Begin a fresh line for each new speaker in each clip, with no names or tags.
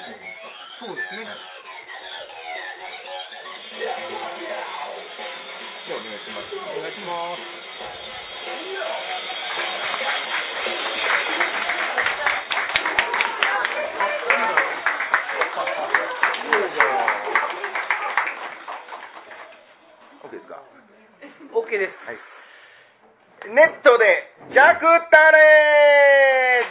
そうですね。
じゃあお願いします。
お願いします。
OK ですか。
OK です。
はい。
ネットで、ジャクタレ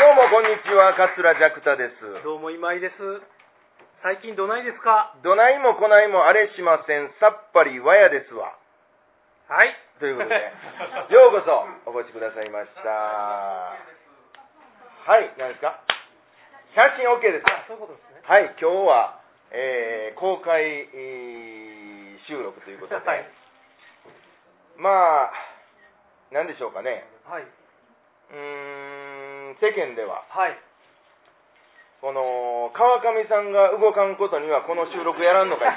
どうもこんにちは、桂ジャクタです。
どうも今井です。最近どないですか
どないもこないもあれしません、さっぱりわやですわ。
はい。
ということで、ようこそお越しくださいました。はい、何ですか写真 OK ですか
そういうことですね。
はい、今日は、えー公開、えー収録ということで、
はい
まあ、何でしょうかね、
はい。
うーん、世間では、
はい。
この川上さんが動かんことには、この収録やらんのか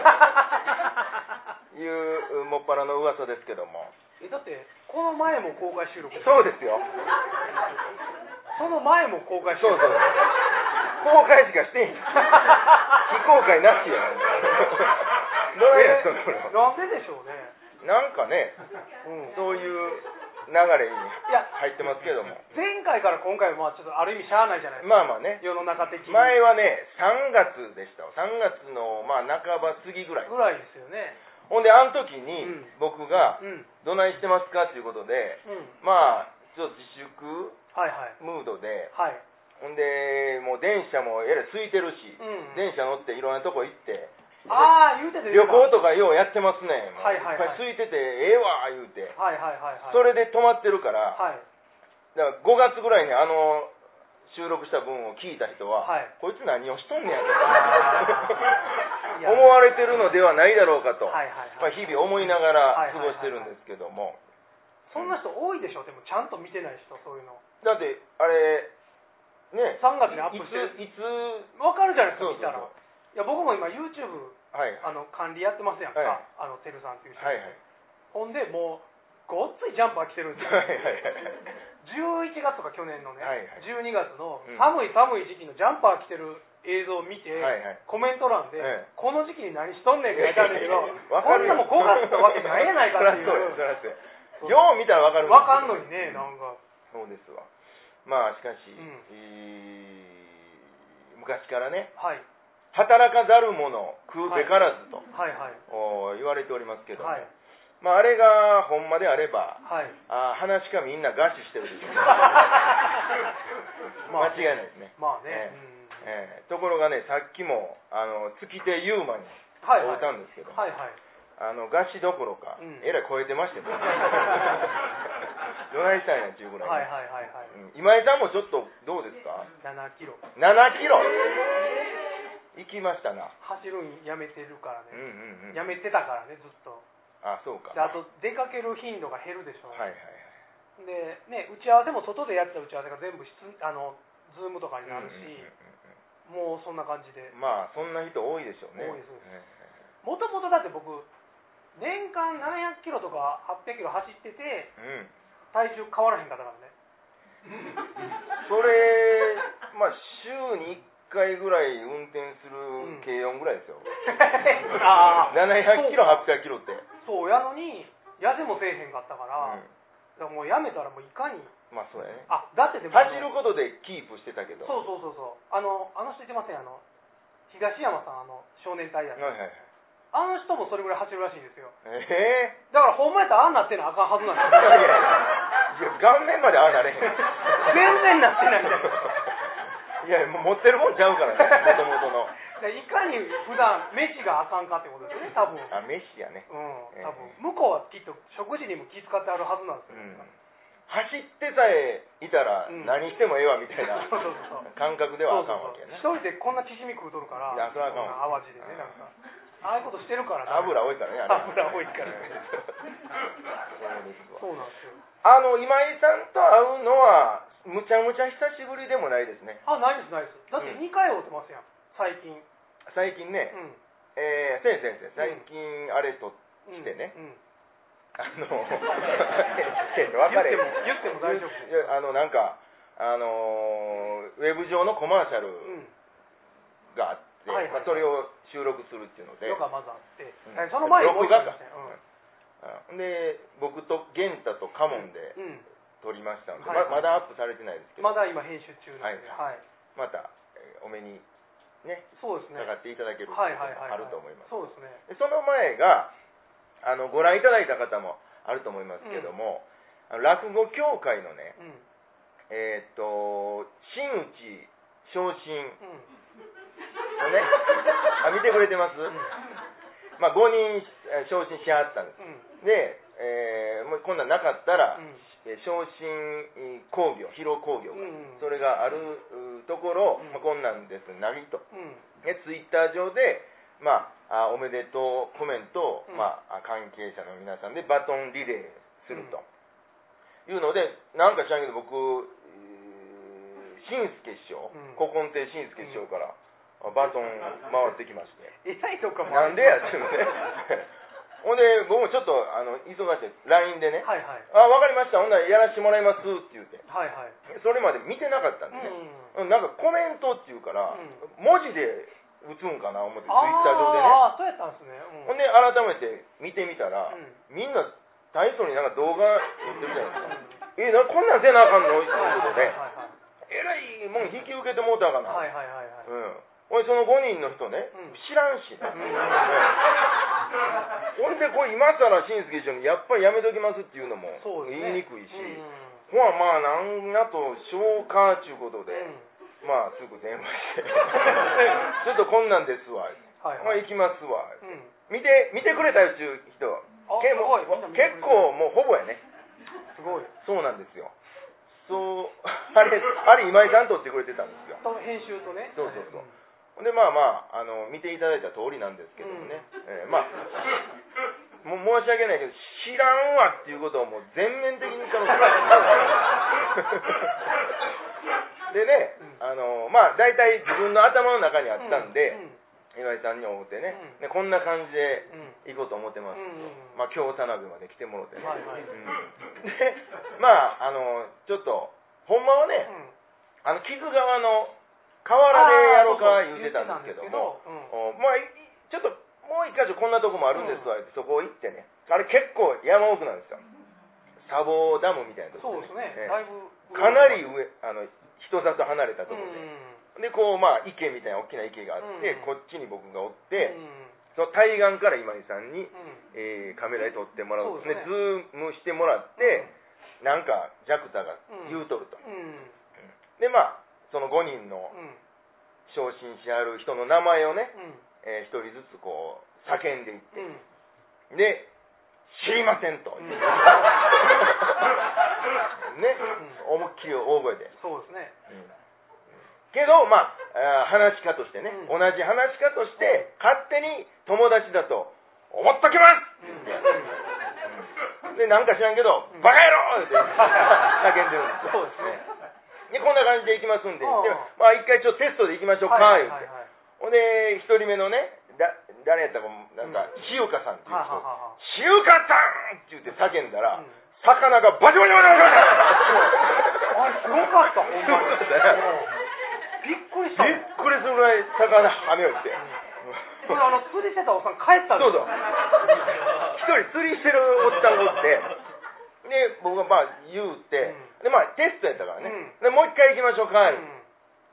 い という、もっぱらの噂ですけども、
えだって、この前も公開収録
そうですよ、
その前も公開収
そう
録
そう、 公開しかしてへん、非公開なしや、どうやそのこれ は
なんででしょうね。
なんかね、
うん。
そういう流れに入ってますけども。
前回から今回はまあちょっとある意味しゃあないじゃないですか。
まあまあね、
世の中的に。
前はね、3月でしたわ、3月のまあ半ば過ぎぐらい、
ぐらいですよね。
ほんで、あの時
う
に
ん
僕が
う、ん。
どないしてますかっていうことで、
うん。
まあ、ちょっと自粛
はいはい。
ムードで、
はい。
ほんで、もう電車もえらい空いてるし、
うん
電車乗っていろんなとこ行って、
ああ、言うてた
旅行
と
とかようやってますね、もう
はいはいはい
っぱい空いてて、ええわ言うて、
はいはいはいはい。
それで止まってるから、
はい。
だから5月ぐらいにあの収録した分を聞いた人は、
はい
こいつ何をしとんねや
あーいや
ろ思われてるのではないだろうかと、
はいはい
ま
は
あ、
い。
日々思いなが
はい
ら
はい
過
はいは
ご
い
してるんですけども、
そんな人多いでしょ、でもちゃんと見てない人、そういうの。
だってあれね
3月にアップしてる。
いついつ
わかるじゃないですか、
そう
見
そう
たら。いや、僕も今 YouTube、
はいはい
あの、管理やってますやんか。
はい
あの、てるさんっていう人。
はいはい
ほんで、もう、ごっついジャンパー着てるんですよ。
はいはい
11月とか去年のね、
はいはい
12月の
うん
寒い寒い時期のジャンパー着てる映像を見て、
はいはい
コメント欄で、
ええ
この時期に何しとんねんって書いてあるんだけど、
わ
こ
か
ん
る
な
よ
もん5月のわけないやないかってい
そらそう
う
やそらそうやよう見たらわかる
わかんの
に
にね、なんか。
そうですわまあしかし、
うん
えー昔からね
はい、
働かざる者食うべからずと、
はい、はい。
お言われておりますけども、
はい、
まあ、あれがほんまであれば
はい。
あー話かみんな餓死してるでしょう
ま
間
あ
違いないですね、
まあ
え
ね、うん
えーところがねさっきもあの月手優馬に
はい、
会う
はい。
たんですけど、
はい、はい。
あの餓死どころか、
うん
えらい超えてましたよ どないしたんやっちゅうぐら
はいい、
ね、
はい、はい、はい。
うん今井さんもちょっとどうですか
7キロ。
7キロ行きましたな
走るんやめてるから
うん
ね。
うんうん
やめてたからね、ずっと。
あそうか
で、あと、出かける頻度が減るでしょ。
はいはいはい
で、ね、打ち合わせも外でやってた打ち合わせが全部しつ、あの、ズームとかになるし、
うんうんうん
もうそんな感じで
うん。まあそんな人多いでしょうね
多いです
ええ
もともとだって僕、年間700キロとか800キロ走ってて、
うん
体重変わらへんかっ たからね。
それ、まあ、週に1回ぐらい運転する軽音ぐらいですよ、
あー
700キロ、800キロって、
そうやのにやでもせえへんかったか
う
ら,、
ん
だからもうやめたらもういかに
まあそうやね、
あだってでも
走ることでキープしてたけど、
そうそうそうそうあのあの人いてませんあの東山さんあの少年隊や
はいはいはい、
あの人もそれぐらい走るらしいんですよ
ええ
だからほんまやったらあんなってなあかんはずなんで す
いやいや
よ
いや、顔面までああなれへん、
全然なってない
いや、もう持ってるもんちゃうからね、もともとの、
でいかに普段飯があかんかってことですね多分うん
あ飯やね、ええ
多分向こうはきっと食事にも気遣ってあるはずなんです
う
よ、
ん、走ってさえいたら、
うん
何してもええわみたいな
そうそうそう
感覚ではあかんわけやね。
そうそうそう一人でこんなチヂミ食うとるから
いやそれはあかんわ
こんな淡路でねなんかああいうことしてるから
油多いからねあれ
油多いからね
そうですわ
そうなんですよ
あの今井さんと会うのはむちゃむちゃ久しぶりでもないですね
あないですないですだって
うん
2回会うてますやん最近う
最近ね、
ん
えー、せん先生最近あれと、
うん
来てね
うん
あの先生分かれ
言っても言っても大丈夫
いやあのなんかあのーウェブ上のコマーシャ
う
ル
ん
があって、
はいはい
まあ、それを収録するっていうので、
のがまずあって、
ん
えその前にもう一個
録画か
ですね
あで僕と源太とカモンで
うん、
撮りましたので、
はい
ままだアップされてないです
う
け
ん、
ど、
ま
ま
だ今編集中なんで、
は
はい、
た、えーお目にね、
そうです
か
ね。
かっていただけるって
はいいはい
こ
は
と
い、
もあると思います。
そうですね。
でその前があのご覧いただいた方もあると思いますけども、あの落語協会のね、
うん、
えーっと新内昇進
うん、
の ね、あ見てくれてます、まあ、5人えー昇進しはったんです。
うん、
で、えーもうこんなんなかったら、
うん
えー昇進工業、疲労工業が、
うん
それがあるうところ、
うん
まあ、こんなんです、なりと。
うん、
ね、ツイッター上で、まあ、あおめでとうコメントを、
うん
まあ、あ関係者の皆さんでバトンリレーすると、いうので、なんか知らんけど、僕、しんすけ師匠
うん、
古今亭しんすけ師匠から、あバトン回ってきまして、
偉いとかもあ
なん
る
でやっていう ね。ほんで、僕もちょっとあの忙しい、LINE でね、
はいはい、
あ、わかりました、ほんならやらせてもらいますって言って、
はいはい、
それまで見てなかったん
う
でね。
ん、
うんなんかコメントっていうから、
う
文字で打つんかな思ってツイッター上でね
ああー、そうやったんですね。
ほ
うんん、
で改めて見てみたら、
うん
みんな大層になんか動画やってるじゃないですか、えなこんなんせなあかんのってことで
はいはい
えらいもん引き受けてもうたかな、
はいはいはいはいはいはい。
うんほいでその5人の人ね、
うん
知らんしな、
うん
ほんでこれ今更新助師匠にやっぱりやめときますっていうのも
そうです
言い
ね
にくいし、
うん
ほらまあなんやと消化ちゅうことで、
うん
まあすぐ電話して「 ちょっとこんなんですわ」
はい
まあ
はい。
行きますわ」
うん。
見て見てくれたよっていう人
あ
けもう
すごいみんな見てくれてる
結構もうほぼやね
すごい。
そうなんですよそうあれあれ今井さん撮ってくれてたんですよ
その編集とね。
そうそうそうでまあまああの見ていただいた通りなんですけどもね、えーまあもう申し訳ないけど知らんわっていうことをもう全面的にその でね、あのまあ大体自分の頭の中にあ
う
ったんで、
うん
岩井さんに思ってね、
うん
でこんな感じで
う
行
ん。
こうと思ってます、
うんうん
ま
うん
あ今日田辺まで来てもろてね、
はいはい
うんでまああのちょっとほんまはね、
う
あの
ん
木津川の河原でやろうか言ってたんですけどもお
あ
まあいちょっともう一箇所こんなとこもあるんですわ、ってそこ行ってねあれ結構山奥なんですよ砂防ダムみたいなと
そう
こ
ですね、
ええ
だいぶ
かなり上あの人里離れたと
う
こ
ん
ろで、でこうまあ池みたいな大きな池があって、
うん
こっちに僕がおっ
う
て、
ん
その対岸から今井さんに、
うん
えーカメラで撮ってもらう
そうです
ズ
ね
ームしてもらって、なんかジャクタが言うとると、
うん
でまあその5人の
うん
昇進しある人の名前をね、
うん
えー、1人ずつこう叫んでいっ
うん
てで知りませんと、
うん
ね、思いっきり大声で、
そうですね
けど、まあ、あー話し家としてね、
うん
同じ話し家として、勝手に友達だと思っときますって言って、で、なんか知らんけど、
うん
バカ野郎って叫んでるんです
そ
よ。
うですね
で、こんな感じで行きますんで、で
ああ
まあ、一回ちょっとテストで行きましょうか、
はい
言
は
う
い
て。
はい
ほんで、一人目のね、だ誰やったかも、なんか、しおかさんっていう
はは
人、
はは
しおかさんって言って叫んだら、
うん
魚がバチバチバチバチバ
あれすごかったほんま
そ
に
うだね
びっくりした
チびっ
もん
くりするぐらい魚はめよって。
これあの釣りしてたおっさん帰ったん
そう
です
そう。一人釣りしてるおっちゃんがおって、で、僕がまあ言うて、
う
で、まあテストやったからね、
うん
で、もう一回行きましょうか、
はい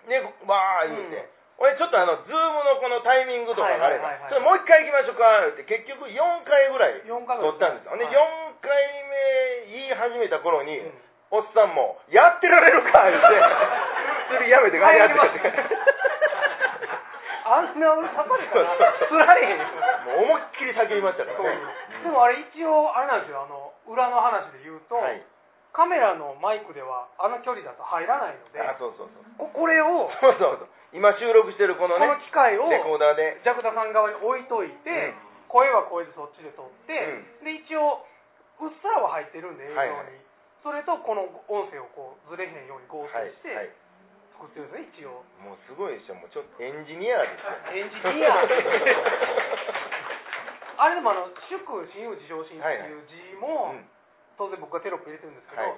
で、わー言うて、
うん
俺ちょっとあの、ズームのこのタイミングとかがあれば
はいは
ちょっと
いはいはい、
もう一回行きましょうか、って結局4回ぐらい
4回
撮ったんですよ。ほんで、
は
4回
い
目言い始めた頃に、
うん
おっさんも、やってられるか言 って、釣りやめて帰りやって
帰り ましたあんな刺されたら釣られへんよ
もう思いっきり叫びましたから
そう
ね。
でもあれ一応あれなんですよあの裏の話で言うと、
はい。
カメラのマイクではあの距離だと入らないので
あ、そうそうそう。
ここれを
そうそうそう。今収録してるこの
こ
ね、
の機械を
レコーダーで。
ジャクダさん側に置いといて、声は声でそっちで撮って、
う
で一応うっすらは入ってるんで映像に、
はいはい
それとこの音声をこうずれへんように合
は
成
い、
して
はい。
作ってるんですね、一応
もうすごいでしょ。もうちょっとエンジニアですよ。
エンジニアあれでもあの「祝新内上進」っていう字も、
うん
当然僕がテロップ入れてるんですけど、
はい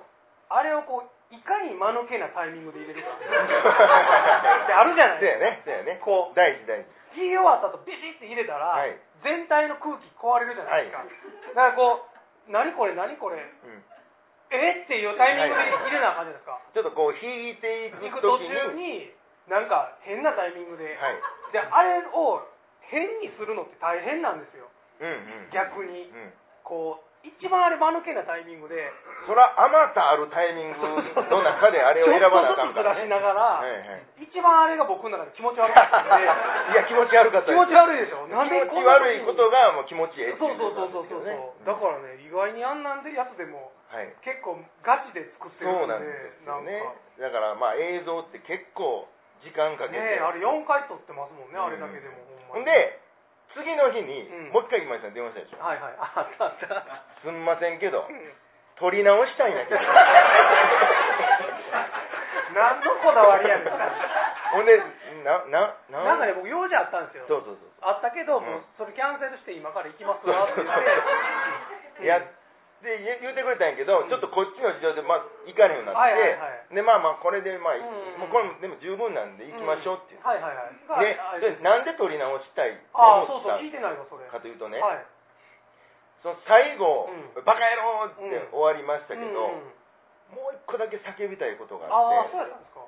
あれをこういかに間抜けなタイミングで入れ るかってあるじゃない
そうや
です
ね、そうやね。
かこう
大事、大事。
切り終わった後ビシッて入れたら、
はい
全体の空気壊れるじゃないですか、
はい
だからこう何これ何これ
うん。
えっていうタイミングで入れなあかんじゃないで すか
ちょっとこう、引いていく
行
と
く途
きに。
中になんか変なタイミングで、
はい。
であれを変にするのって大変なんですよ
うんうん。
逆に
うん。
こう一番あれ間抜けなタイミングで
そら、あまたあるタイミ ングの中であれを選ばなあかんから、
ちょっとずつずらし
ね。
ながら、
はいはい。
一番あれが僕の中で気持ち悪かったん で
いや、気持ち悪かった
気持ち
悪い。
悪いでしょ
気
なんで
持
こ
ち
んな
悪いこ
に
とがもう気持ちええって
そう
いう
そ
こ
うそう
と
そ
な
うそう、
んですけどね
だからね意外にあんなんでやつでも
はい。
結構ガチで作ってる
そうなん
ん
で
です
よね
なん
だか
か。
らまあ映像って結構時間かけて。
ねえあれ4回撮ってますもんね、あれだけでも
ほ
ほんまに
んで、次の日に
うん、
もう一回今井さん電話したでしょ。
はいはいああったあった
すんませんけど
う、ん
撮り直したいなけど。
何のこだわりやねん
ほんで、な、な、
なんかね僕用事あったんですよ
そうそうそう。
あったけど、もうそれキャンセルして今から行きますわって言って
やって言言うてくれたんやけど、ちょっとこっちの事情で、まあ、行かれへんようになっ
はい
て、
はいはい
でまあまあこれでまあ、
うん
もうこれもでも十分なんで行きましょうって言って、
はいはいはい
で
ああ
でなんで撮り直したいと
ああそう
思
そう
った
聞いてないわそれ
かというとね、
はい
その最後、
うん
バカ野郎って
うん
終わりましたけど、
うんうん
もう一個だけ叫びたいことが
あ
あ
あ
っ
そ
て
うやったんですか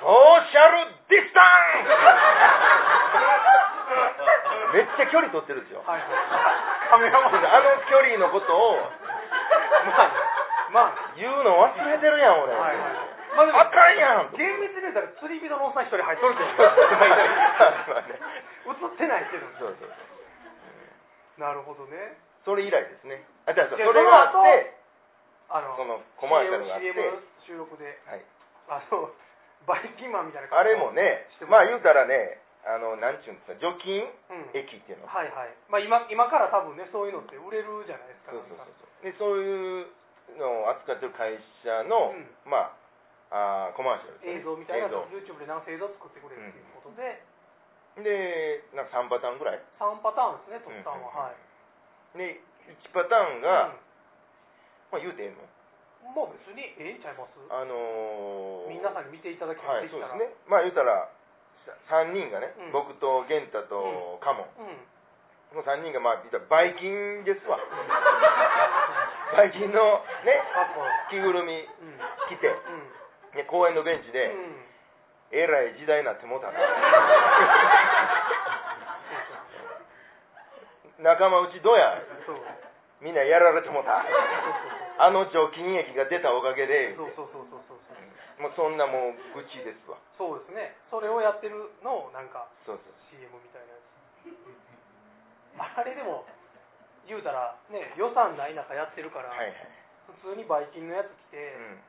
ソーシャルディスタ ンスめっちゃ距離取ってるんですよ、
はいはい
カメラマンがあの距離のことを
まあねまあね
言うの忘れてるやん俺、
はいはい
あかんやんと思って
厳密に言うたら釣り人のおっさん一人入っとるけど
まあね
映ってないけど
そうそうそう
なるほどね
それ以来ですねあじゃあそ
で
れがあ
そ
っ
の後
て
あの
そのコマーシャルがあって
CM の収録で
はい、
あのバイキンマンみたいな
あれもね
してます
まあ言うたらねあのなんちゅうんですか除菌
うん
液っていうの、
はいはい、まあ、今今から多分ねそういうのって売れるじゃないですか
そうそうそうそうでそういうのを扱ってる会社の、
うん
まああーコマーシャル
映
ですね、
像みたいな
映像
YouTube で何か映像作ってくれるということで、
でなんか3パターンぐらい
3パターンですね特ターンは、はい、
で1パターンが、まあ言うてええの
うん、もう別にええんちゃいます
あのー、
皆さんに見ていただき
は
ま
い
し
そう
た
です
ら、
ねまあ言うたら3人がね、
うん
僕と源太とカモン、
うん
この3人がまあ言ったらバイキンです わバイキンのね
かっこ
着ぐるみ
うんうん
着て、ね、公園のベンチで、
うん
えらい時代になってもう たな仲間うちどうや
そうそう
みんなやられてもうたあの除菌液が出たおかげで
そうそうそうそうそうそうそう
もうそんなもう愚痴ですわ
そうですねそれをやってるのをなんか
そうそう
CM みたい なやつあれでも言うたらね予算ない中やってるから、
はいはい、
普通にバイキンのやつ着て、
うん、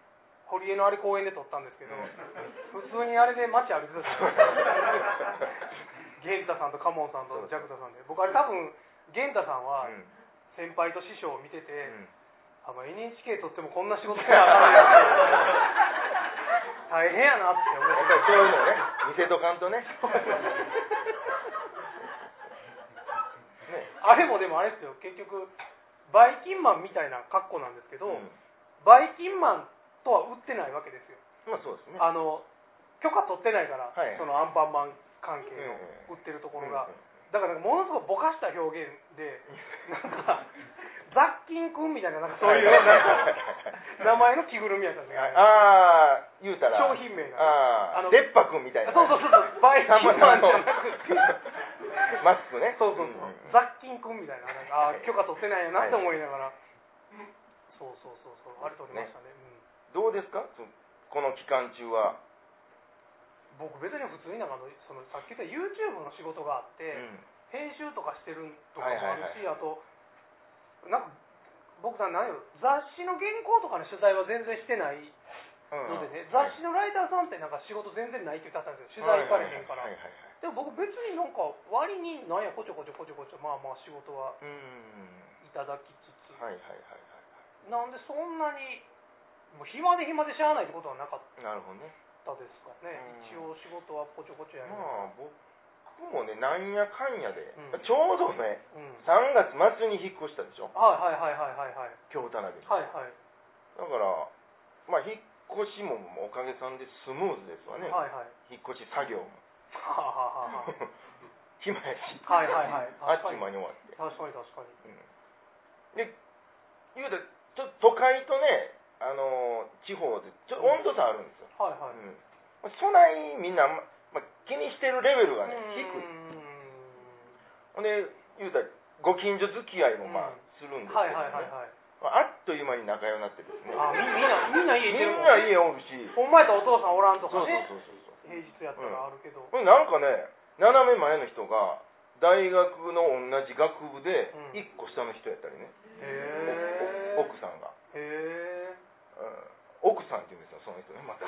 堀江のあれ公園で撮ったんですけど、
うん
普通にあれで街歩いてたじゃ ないですか玄太さんとカモンさんとジャクタさんで僕あれ多分玄太さんは
うん
先輩と師匠を見てて、
うん
あの NHK 撮ってもこんな仕事せなあ かんねや大変やなって思
やっ
っ
ぱり
て
そういうのね見せとかんとねね
あれもでもあれですよ結局バイキンマンみたいな格好なんですけど、
うん
バイキンマンとは売ってないわけですよ
まあそうですね
あの許可取ってないから、
はい
そのアンパンマン関係
ええ
の売ってるところが、だからなんかものすごいぼかした表現 でなんか雑菌くんみたいななんかそういう
はい
なんか名前の着ぐるみやったんですよあ れ
ああ言うたら
商品名が
あ
あ
あ
の
出っ歯くんみたいな
そうそうそうそうバイキ
さんま
ン
さ
マ
ん
ン
の
じゃなくて
マスクね
そうそうそう、
んん
雑菌くんみたいななんかあー許可取ってないやなって思いながら、そうそうそうそうあれ取りましたね
どうですかそのこの期間中は、
うん、僕別に普通になんかあのそのさっき言った YouTube の仕事があって、
うん
編集とかしてるとかもあるし、
はい
あとなんか僕さ何よ雑誌の原稿とかの取材は全然してないの
うん
でね、
はい
雑誌のライターさんってなんか仕事全然ないって言ってたんですよ取材行かれへんから、
はいはいはい
でも僕別になんか割になんやこちょこちょこちょこちょまあまあ仕事は
うん
いただきつつ、
はいはいはい
なんでそんなにもう暇で暇でしゃあないってことはなかっ
はいなるほどね
たですかね、
うん
一応仕事はこちょこちょやりながら、
まあ僕もねなんやかんやで、
うん
ちょうどね
うん
3月末に引っ越したでしょ
はいはいはいはいはいはい
京田辺に
はいはい
だからまあ、引っ越しももうおかげさんでスムーズですわね、
はいはい。
引っ越し作業も
はあはあはあはあ。
暇やし、
はいはい
あ
はい
っち間に終わって、
確かに確かに。
うんで言うたらちょっと都会とね、あのー地方でちょっと温度差あるんですよ、
はいはい。
うんまあそないみんな、ままあ、気にしてるレベルがね低いほんで言うたらご近所付き合いもまあ
うん
するんで
低
すけど、ね
はいはいはいはい。
まあ、あっという間に仲良くなってですね
あみみんなみんな家
みん
行ってるもん
な家おるし
ほんまやったらお父さんおらんと
そうそう
かね。
そうそうそう
平日やったらあるけど。
ほんでなんかね斜め前の人が大学の同じ学部で
うん
1個下の人やったりね、
へ
おお奥さんが、
え。へえ。
うん奥さんって言うんですよその人ねまた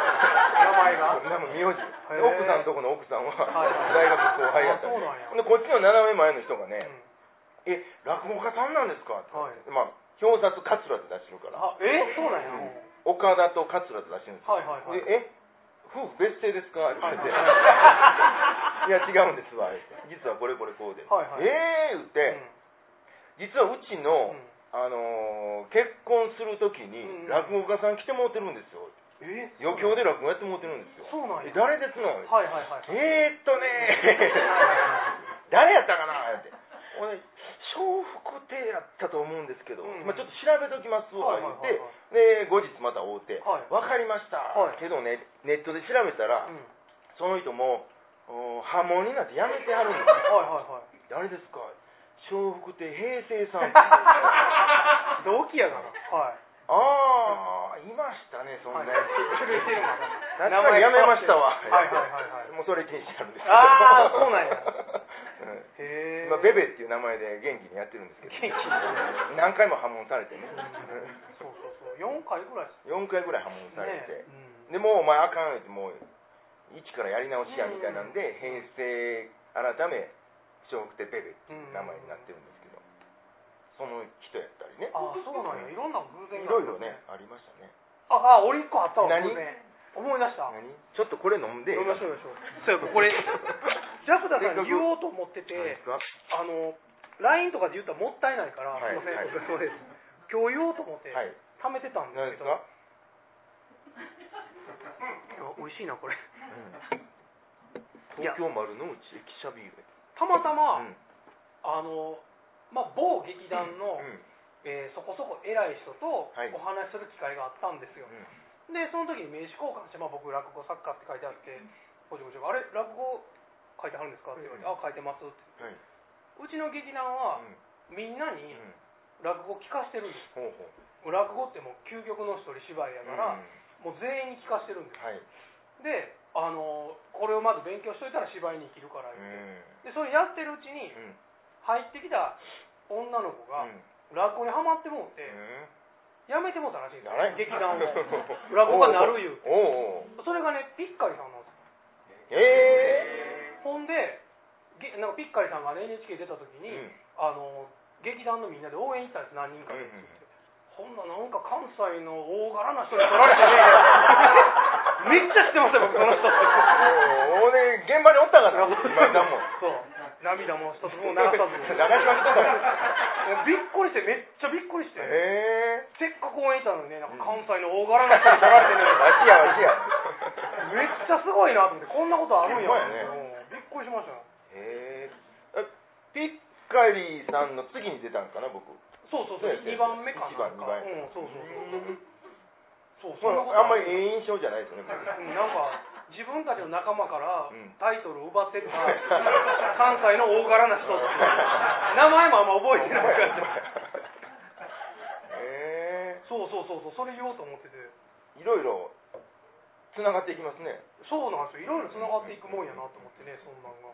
前が
名前名字
へー
奥さんとこの奥さんは
はい
大学後輩やったり、
あそうなんや
ほんでこっちの斜め前の人が
う
ね
ん
「え落語家さんなんですか?」って、
はい
まあ表札桂って出してるから
あ、えそうなんや。
うん岡田と桂って出してるんですよ
はいはいはい。
でえ夫婦別姓ですか?」って言われて「い や違うんですわ」実はこれこれこうで」
はいはい
ええー」言って、実はうち
うん
の、
うん
あのー結婚するときに
うん
落語家さん来てもうてるんですよ
え
余興で落語やってもうてるんですよ
そうなんや
え誰ですの、
はいはいはい。
えー、っ とね誰やったかなって俺笑福亭やったと思うんですけど、
うん
まあ、ちょっと調べときますわ
はい
言っ
はいはい
て、
はい
で後日また会うて「
はい
わかりました、
はい
けどねネットで調べたら、
うん
その人もお波紋になってやめてはるんで
はいはいはい。
すよ誰ですか笑福亭平成 さん
同期やから。はい。
ああいましたねそんなや
種類してるもんな
つ、なんかやめましたわ
はいはいはいはい。
もうそれ気にしてあるんですけど
あーそうなんや
うん
へえ。
今ベベっていう名前で元気にやってるんですけど
元気に
何回も破門されてね
そうそうそう。四回ぐらい
4回ぐらい破門され
ね
て、。
うん
でもうお前あかんってもう一からやり直しやみたいなんで、平成改め笑福亭ベベっていう名前になってるんですけど、その人やったりね
あ、そうなんや。いろんな偶然
い
があ
ろ
る
いろね。ありましたね
あ、あ、俺一個あったわ。
何
偶然思い出した。
何ちょっとこれ飲んで
飲みましょう
う
飲みましょう。そういえばこれ、 ジャクダさんに言おうと思ってて、
ですかは
あの、LINE とかで言ったらもったいないから、
はい
すいません、
はい
僕そうです。今日言おうと思って、
い
貯めてたん
何
で
ですす
けど、
か、
いや美味しいな、これ。
うん、東京丸の内駅舎ビール
たまたま、
うん
あの、まあ、某劇団の、
うん
えーそこそこ偉い人とお
はい
話しする機会があったんですよ、
うん
でその時に名刺交換して、まあ、僕落語作家って書いてあって「こちょこちょあれ落語書いてあるんですか?」って言われて「
うん
あ書いてます」って
はいう
ちの劇団は
うん
みんな
う
に
ん
落語聞かしてるんです
ほうほう
もう落語ってもう究極の一人芝居や
う
から、
ん
もう全員に聞かしてるんです
はい
であのーこれをまず勉強しといたら芝居に生きるか
う
ら言
ん
うてでそれやってるうちに
うん
入ってきた女の子が
うん
落語にハマってもうて、
うん
やめてもうたらしいんです
なら
よ
ん
劇 団を落語家なるいう
おうおう
それがねピッカリさんなんですよ
え
ほんでげなんかピッカリさんがね NHK 出た時
え
に、あの劇団のみんなで応援行ったんです何人かで、
うんうんうん
ほんななんか関西の大柄な人に取られてねめっちゃ知ってましたよ僕その人
お俺現場におったからな今いたもん
そう涙も一つも流さ
流
ず
しましたから
びっくりしてめっちゃびっくりして、
ええ
せっかく応援行ったのにねなんか関西の大柄な人に取られてね
わしやわしや
めっちゃすごいなと思ってこんなことあるんや
ほんまやね
うんびっくりしましたよ
ええピッカリさんの次に出たんかな僕
そうそう
そ
そう
うやって
2番目かな
一番二番
うんそうそうそうそうそ
ま
んなこと
ああんまり
え
ええ印象じゃないですよね僕
なんか自分たちの仲間から
うん
タイトルを奪ってった関西の大柄な人っ て名前もあんま覚えて ないから
え
そうそうそうそうそれ言おうと思ってて
えいろいろつながっていきますね
そうなんですよいろいろつながっていくもんやなと思ってねそんなんが